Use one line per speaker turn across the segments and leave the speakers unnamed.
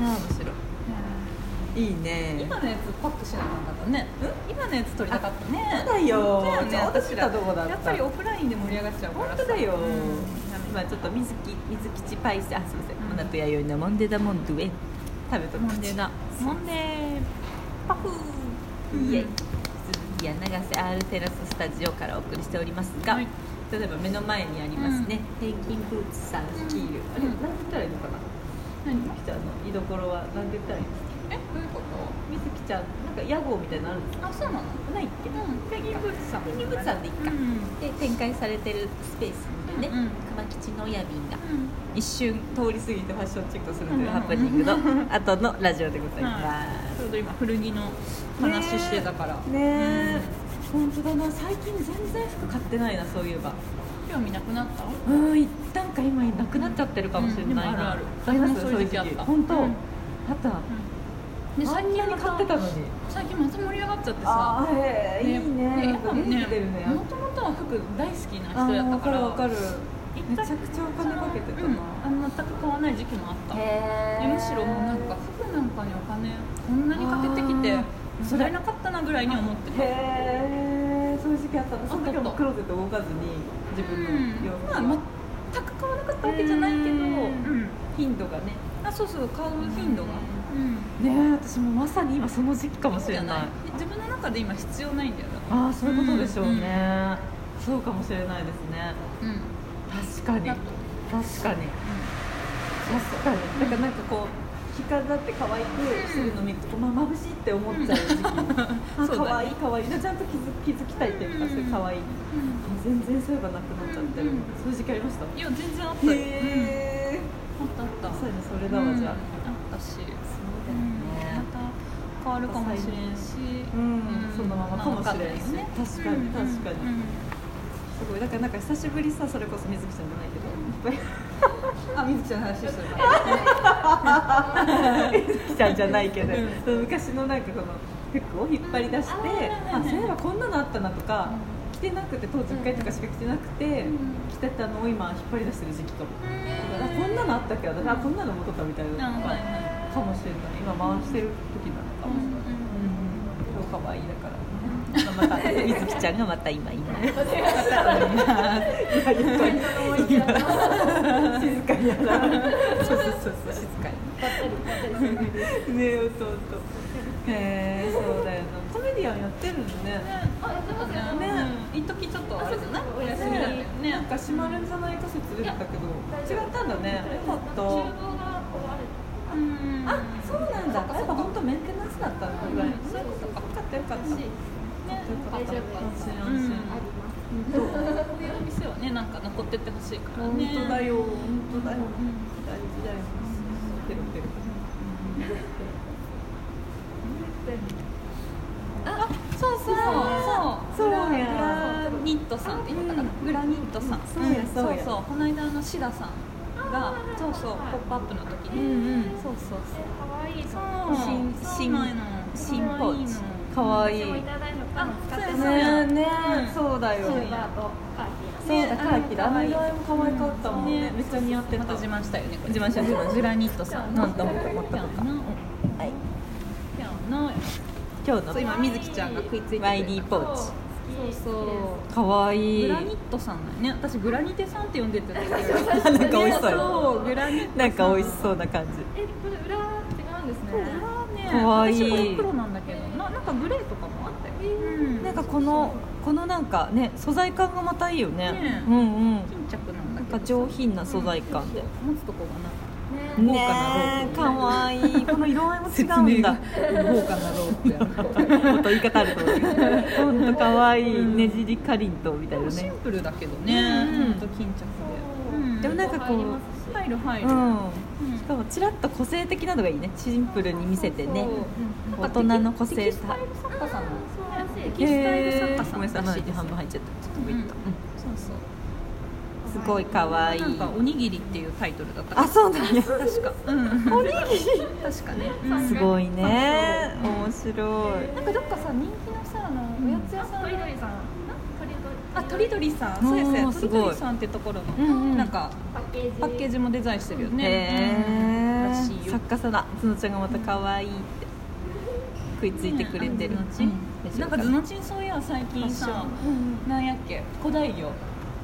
ああむしろいいね
今のやつパックしなかったね今のやつ取りたかった
そ
ね
うだよ
そうだよね
ちょうど見たとこだった
やっぱりオフラインで盛り上がっちゃうか
本
らさ
当だよ、
うん
まあちょっと水木水吉パイセンあすいません、
うん
モナと弥生のモンデダモンドゥエ食べとく
モンデーだモンデーパフ
イエイ鈴木や長瀬 R テラススタジオからお送りしておりますが、
はい
例えば目の前にありますね、平均ブーツさん率いる、あれ
うん
何て言ったらいいのかな
何
水木ちゃんの居所は何て言ったらいいんですか
えどういうこと
水木ちゃんなんか屋号みたいなのあるんです
あそうなの
かないっけ、
うんペンギンブーツさん
ペンギンブーツさんでいいか、
うん
で展開されてるスペースにね、
うんうん
熊吉の親便が
うん
一瞬通り過ぎてファッションチェックするといううんハプニング の後のラジオでございます
ちょうど今古着の話してたから、
ねえ本当だな最近全然服買ってないなそういえば
興味なくなった
うん一旦か今なくなっちゃってるかもしれないな、
うんでもあるある
あります
私
そ
もそ
い
うういう
時
う時
あっ
あったた
本当、
うん
あった
で
あ
最
ん
近
なに買ってたのに
最近また盛り上がっちゃって
あ
さ
あへえいいね
や
なん
っ
か
ぱ
元気
ね
出るね
もともとは服大好きな
あ
人やった
分
か
からる分かる
一
め
回
ちゃくちゃお金かけてたな、
うんあの全く買わない時期もあった
へ
むしろもうなんか服なんかにお金こんなにかけてき
あ
て
ー
それなかったなぐらいに思ってた
へえそういう時期あったのその時はもうクローゼット動かずに自分の洋服、
まあ全く買わなかったわけじゃないけど、
うん
うん
頻度がね
あそうそう買う頻度が、うん
ねえ私もまさに今その時期かもしれない
で自分の中で今必要ないんだよだから
ああそういうことでしょうね、そうかもしれないですね
うん、うん
確かに
だと
確かに確かにだからなんかこう着飾って可愛くするの見ると、まあ、眩しいって思っちゃう時 期、あ
そうだ
可愛い
ね
可愛いでちゃんと気づ気づきたいっていうか、
うん
そういう可愛いあ全然そういえばなくなっちゃってる、
うん
そういう時期ありました
いや全然あったよ、うん
へえ
あったあった
そうやねそれだわじゃあ、
うんあったしそう
だよね
また変わるかもしれんし
うんそのままかもしれんし
なの
確かに
うん
確かに
うん
すごいだからなんか久しぶりさそれこそ水木ちゃんじゃないけどいっ
あみずちゃんの話してる
ぱい水木ちゃんじゃないけど、
うん
その昔のなんかこの服を引っ張り出して、
うんあー
あそういえばこんなのあったなとか、着てなくて当時1回とかしか着てなくて、
うん
着てたのを今引っ張り出してる時期かも、だからこんなのあったっけ私あこんなの戻ったみたいなのとか、
はいは
かもしれない今回してる時なのかもしれない、うん超可愛いだから。また水木ちゃんがまた今いない。またいない。いやいや静かにやらそうそうそうそう静かにねえ弟へえそうだよなコメディアンやってるのね
ね一時ちょっとあれじゃないお休みだったよね
なんか閉まるんじゃないか説出てたけど違ったんだねよかった
うん
あそうなんだやっぱ本当メンテナンスだったんだ
うん
そういうことかよかったよかった
ね
大丈夫
安心
安心
安心こういうお店はねなんか残ってってほしいからね
本当だよ本当だよ
うん
大事だよペロペロ
あ、そうそう
そ
そうう。
や
グラニットさんって言ったかな。グラニットさん。
そうやそうや
そうこの間あのシダさんが、そうそう、ポップアップの時に。
ん
そうそうそう。
新新
そうなの
新ポーチ
可
可愛い
愛い
ね
うん
そうだよそうだカーキだあの色合いも可愛かったもんね
ね
めっちゃ似合って
ま
た
た自慢したよね。
自慢した自慢した
グラニットさん。
なんだもっともっともっとはい
ピャンの。
今日の
そう今みずきちゃんが食いついてくれた
YD ポーチ
そう。
可愛い
グラニットさんだよね。私グラニテさんって呼んでたんです けど。
なんか美味しそうや
そう、グラニットさん。
なんか美味しそうな感じ
これはね、
可愛い
私これ黒なんだけど、ななんかグレーとかもあったよ。うん
なんかこのこのなんかね素材感がまたいいよね
ね
うんうん
巾着なん
な
だ
ん
けど
か上品な素材感で
持つとこがな
豪
豪華
華な
な
ロープ
ロープ
可愛い この色合いも違うんだ
豪華なロープや
もっと言い方あると思う本当可愛いねじりかりんとうみたいな
シ
ね
ンプルだけどね、
うん
ほんと巾着
でもなんかこう
で入る入
う
る、
んしかもちらっと個性的なのがいいねシンプルに見せてね
そう
大人の個性
テキスタイル作家さんなんですよテキスタイル作家さん
ごめんなさい
ら
ま
しいで
だ
す
半分入っちゃったちょっと上行った
うんそうそう
すごい可愛い
なんかおにぎりっていうタイトルだったか
あ
ら
そうなんや
確か、うん、おにぎり確かね、うん
すごいね面白い
なんかどっかさ人気のさあのおやつ屋さんのあ鳥鳥さん
おー
そうですね
す
鳥
ごい
鳥さんってところの、
うんうん
なんかパッケージもデザインしてるよね、
へ
うんらしい
ー
よ
作っかそだ角ちゃんがまた可愛いって食いついてくれてる、
うんあずのちなんかズノチンそういや最近
ファッ
さ
シ
なんやっけ古代魚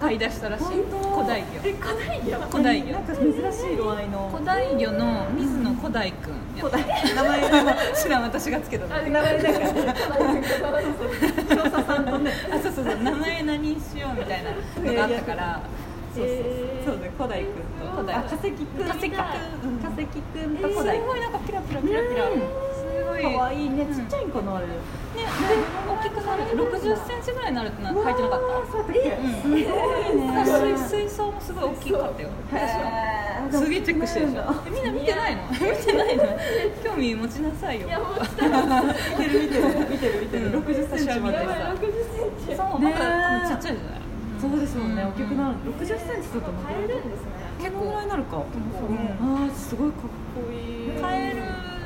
買い出したらしい古代魚
え、かないよ。
古代魚
なんか珍しい色合いの
古代魚の水野古代くんやった名前は知らん私がつけたの
あ、名前だから。
調査さんとね あそうそうそう名前何にしようみたいなのがあったから
そうそうそうそうね古代くんと
古代
あ化石くん
化石くん
化石くんと
す
古代くん
ごいなんかピラピラピラピラ
うん
すごい
可愛いね
うん
ちっちゃいんかなあれ
ね大きくなる6 0ンチぐらいになるってな書いてなかった
そうだっけすごいね
水水槽もすごい大きかったよ
へー
すげえチェックしてるじゃんえみんな見てないの見てないの興味持ちなさいよ
いや、もう来
見てる見てる見てる見てる
うん
60センチまで
た。やばい、
さ
六十センチ。
そう
ね
ま
え
だちっちゃいじゃない
そうですもんね
うん
大きくなる60センチとか
買えるんですね。
結構ぐらいになるかああすごいかっこいい
買える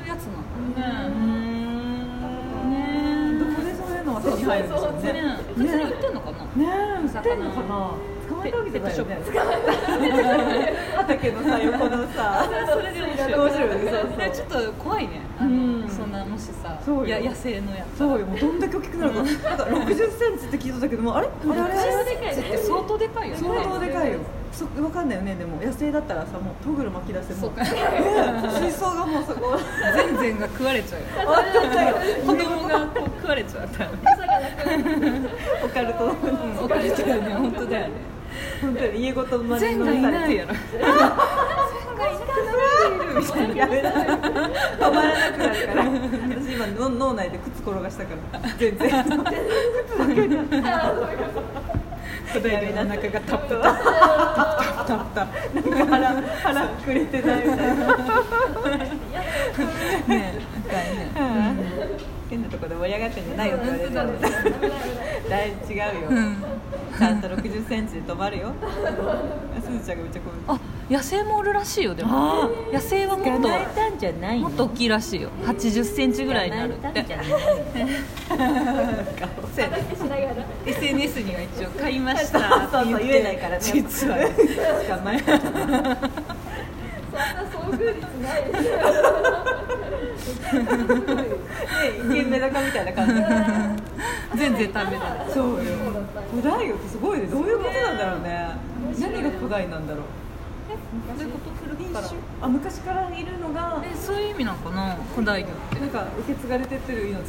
やつな
うー
のね
んど
ね
こでそういうのが手に入るんでしょう
ね
ね
普通に売ってんのかな
ねえ、売ってんのかな捕まえたわけじゃないよね捕まえた畑のさ、横のさ
それで面白い
面白いよねそうそう
でちょっと怖いねあの
うん
そんなもしさ
そう
いや
よ
野生のやつ
そうよ、もうどんだけ大きくなるかなんか60センチって聞いただけどもあれあれあれ
60センチって相当でかいよね
相当でかいよそわかんないよね、でも野生だったらさ、もうトグル巻き出して
そ
も
う
う
か
ねえ水槽がもうそこ
全然が食われちゃうよ
あったよ
子供がこう食われちゃったら
傘がなくなる。
オカルト
うん置かれちゃうね本当だよね
本当に家ごと真似
全
の
がい
さ
な
れて
いやろ
みたいなやめな止まらなくなるから私今の脳内で靴転がしたから全然
古代魚の中がタップタップタップタップタッ
なんか腹腹くれてないみたいな
プねえ深いね
変なとこで盛り上がってんじゃないよって言われるだいぶ違うよ、
うん
ちゃんと6 0ンチで止まるよすずちゃんがめっちゃこう
あ野生もおるらしいよでも
あ
野生はもっと
たんじゃない
もっと大きいらしいよ8 0ンチぐらいになるってそうやね
しながら。
SNS には一応買いまし
そう
た
そう
って
言えないからね
実はね
捕まえた
そんな遭遇率ないですよ。
イケメダカみたいな感じ
全然食べない
そうよ古代魚ってすごいねどういうことなんだろうね何が古代なんだろう
そういうこと古くから
あ昔からいるのが
えそういう意味なのかな古代魚って
なんか受け継がれてってる命って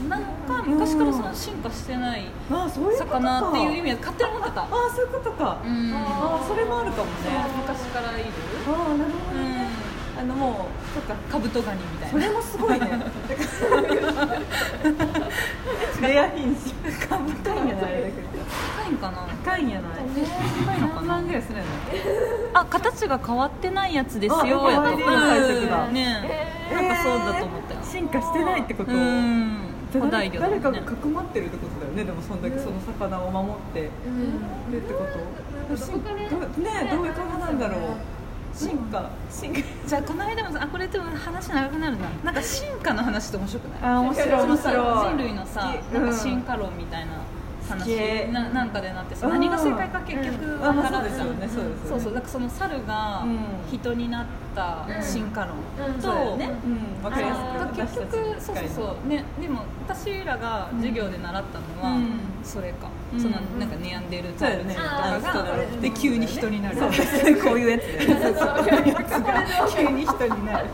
こ
なんか昔からその進化してない
とああそういうことか
魚っていう意味は勝手に思ってた
ああそういうことか、
うん
ああそれもあるかもね
昔からいる
ああなるほ
う
どね、
ん
あのもうそっか
カブトガニみたい
そ
な
れもすごいね レア品種高いんやなあれだけど
高いんかな
高いんやない
高いのか
何
な
万ぐらいするんや
あ形が変わってないやつですよ
あ
やっ
変わっ
た
てないやつだ
うんね
え
な
なんかそうだと思ったよ
進化してないってこと
うん古
誰
代
誰
魚
か
ね
がかくまってるってことだよねでもそんだけその魚を守ってるってこと
そこから
どうねどういう感じなんだろう進化進化
じゃあこの間もさあこれでも話長くなるななんか進化の話って面白くない
あ面白い
その
面
さ
白い
人類のさ
好き
なん
う
か
ん
進化論みたいな
好
話
き
ななんかでなってさ
うん
何が正解か結局
あ
分
ま
か
あそ
ら
うで
ず
す
じゃ
よ
ん
ねそうですよね
そうそうだからその猿が
うん
人になった進化論
うん
と、
そうだよ
ね
ね
うんわかりやすく
あー結局そうそうそうねでも私らが授業で習ったのは、
うん
それか、
うん
そのなんかネアンデル
そ
タ
う
ー
だよねあそうだ
ル人とかが、
よね
で急に人になる、
そう こういうやつだよね
急に人になる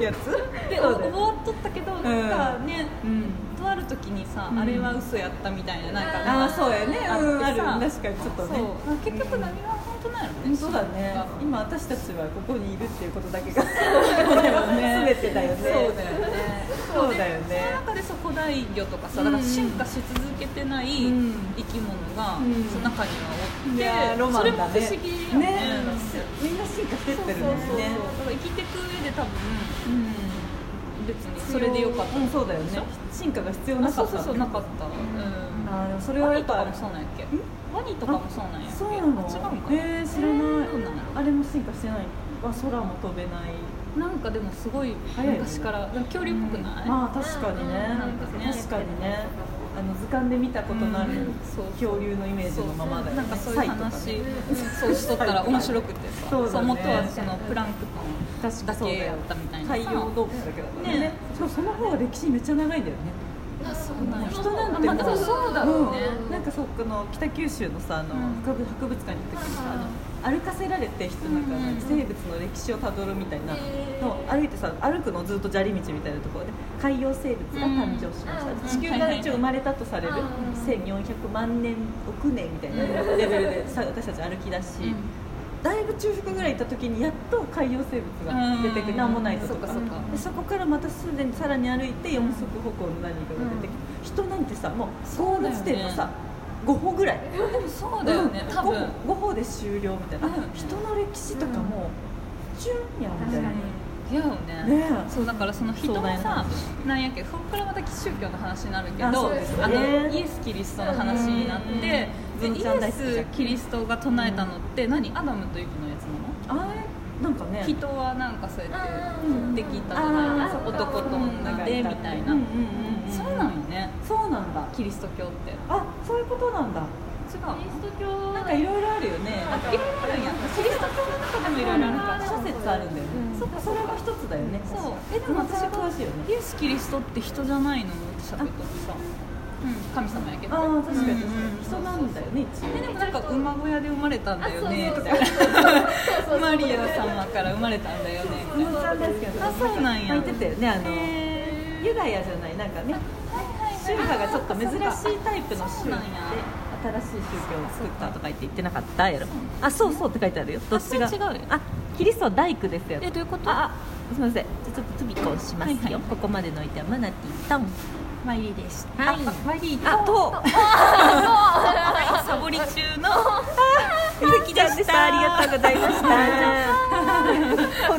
やつ
で
そ
お
うだよ
ぼーっとったけどなんかね、
うん
とある時にさ、
うん
あれは嘘やったみたいななん
あ
か
あそうやねうんあ
って
る
さ
確かにちょっとね
そう結局何が本当なのね
本当だね今
今
私たちはここにいるっていうことだけがそうだよね全てだよね
そうだよね
そうだよ
その
ね
中でそこ古代魚とかさだから進化し続けてない
うん
生き物が
うん
その中にはおっ
い
て、
やーロマンだね
それも不思議よね
みんな進化してっ
そう
て
そ
る
う
ん
そう
だよね
だから生きていく上で多
う
分
ん
別にそれでよかった
うんそうだよね進化が必要
あ
なか
そう
った
そうそうなかった、うん、
あーでもそれ
ワ
はや
ニ
っ
と
ぱ
かもそうなんやっけワニとかもそうなんやっけ
そうな
あ
の
違うんかな、
えー知らない
どうなんや
あれも進化してないあ空も飛べない
ろなんかでもすごい
早いよね
昔からなんか恐竜っぽくない、
まあ確かにね
なんかね
確かにねあの図鑑で見たことのある、そう恐竜のイメージのままだよね
なんかそういう
サ
話、
イとかね
そうしとったら面白くて さ
そうだね
そう元はそのプランクト
確か
ンだ
そう
け
だ
や
よ
ったみたいな
海洋動物だけだからね
ね
しかもその方が歴史めっちゃ長いんだよね
あそうなんや
人なんて
まあ
も
でもそうだろうね、
んなんかそこの北九州のさあの
うん
博物博物館に行った時にさ、
はい
あ
はい
の歩かせられて人なんかあ
うん
の生物の歴史をたどるみたいな
へー
のを歩いてさ歩くのずっと砂利道みたいなところで海洋生物が誕生しました、
うん
地球が一応生まれたとされる、
はいはい
1400万年億年みたいなレベルでさ私たち歩き出し、だいぶ中腹ぐらい行った時にやっと海洋生物が出てく
う
る
ん
アンモナイトとか
そっかそっか
でそこからまたすでにさらに歩いて四足歩行の何かが出てきて、人なんてさもうゴール地点のさ、5歩ぐらい
うんでもそうだよね、
うん
多分
5歩5歩で終了みたいな、
うん
人の歴史とかもチュンやみたいな、
違うよね
ねえ
そうだからその人
そう
も
だよね
さなんやけどそこからまた宗教の話になるけど
あ
あ
そうですね
のイエス・キリストの話になって、
うん
で
ズン
イ
ちゃん大
エ
好きじゃん
ス・キリストが唱えたのって何アダムとイブのやつなの
あれなんかね
人はなんかそうや
うん
ってできたじゃない
あー
男と女でみたいな、
うんうんうん
そうなんよね
そうなんだ
キリスト教って違
あそういうことなんだ
う
キリスト教
なんかいろいろあるよね
あいろいろあるんやキリスト教の中でもいろいろあるから
諸説あるんだよね、
うん
そっかそれが一つだよね
そう
え
え
で
で
も
も
私
私
は
が
詳しいよね
イエス・キリストって人じゃないのってしゃべったってさ、うん、神様やけど
ああ確かに確か
うん
に人なんだよね一応
えでもなんか馬小屋で生まれたんだよね
あ
と
そう
かマリア様から生まれたんだよねみたいな
さんですけど
あそうなんや
言ってたよねあの
へー
ユダヤじゃないなんかね宗派がちょっと珍しいタイプの宗
そうなん
派
や
で新しい宗教を作ったとか言って言ってなかったやろあそうそうって書いてあるよどっちが
あそれ違うよ
あキリストは大工ですよ
えどういうこと
ああすみませんじゃあちょっと飛び込しますよ、
はいはい
ここまでのおいてはマナティとン
マイリーでし
は
はいいマイリー
あと
サボり中の
鈴木でしたありがとうございましたこ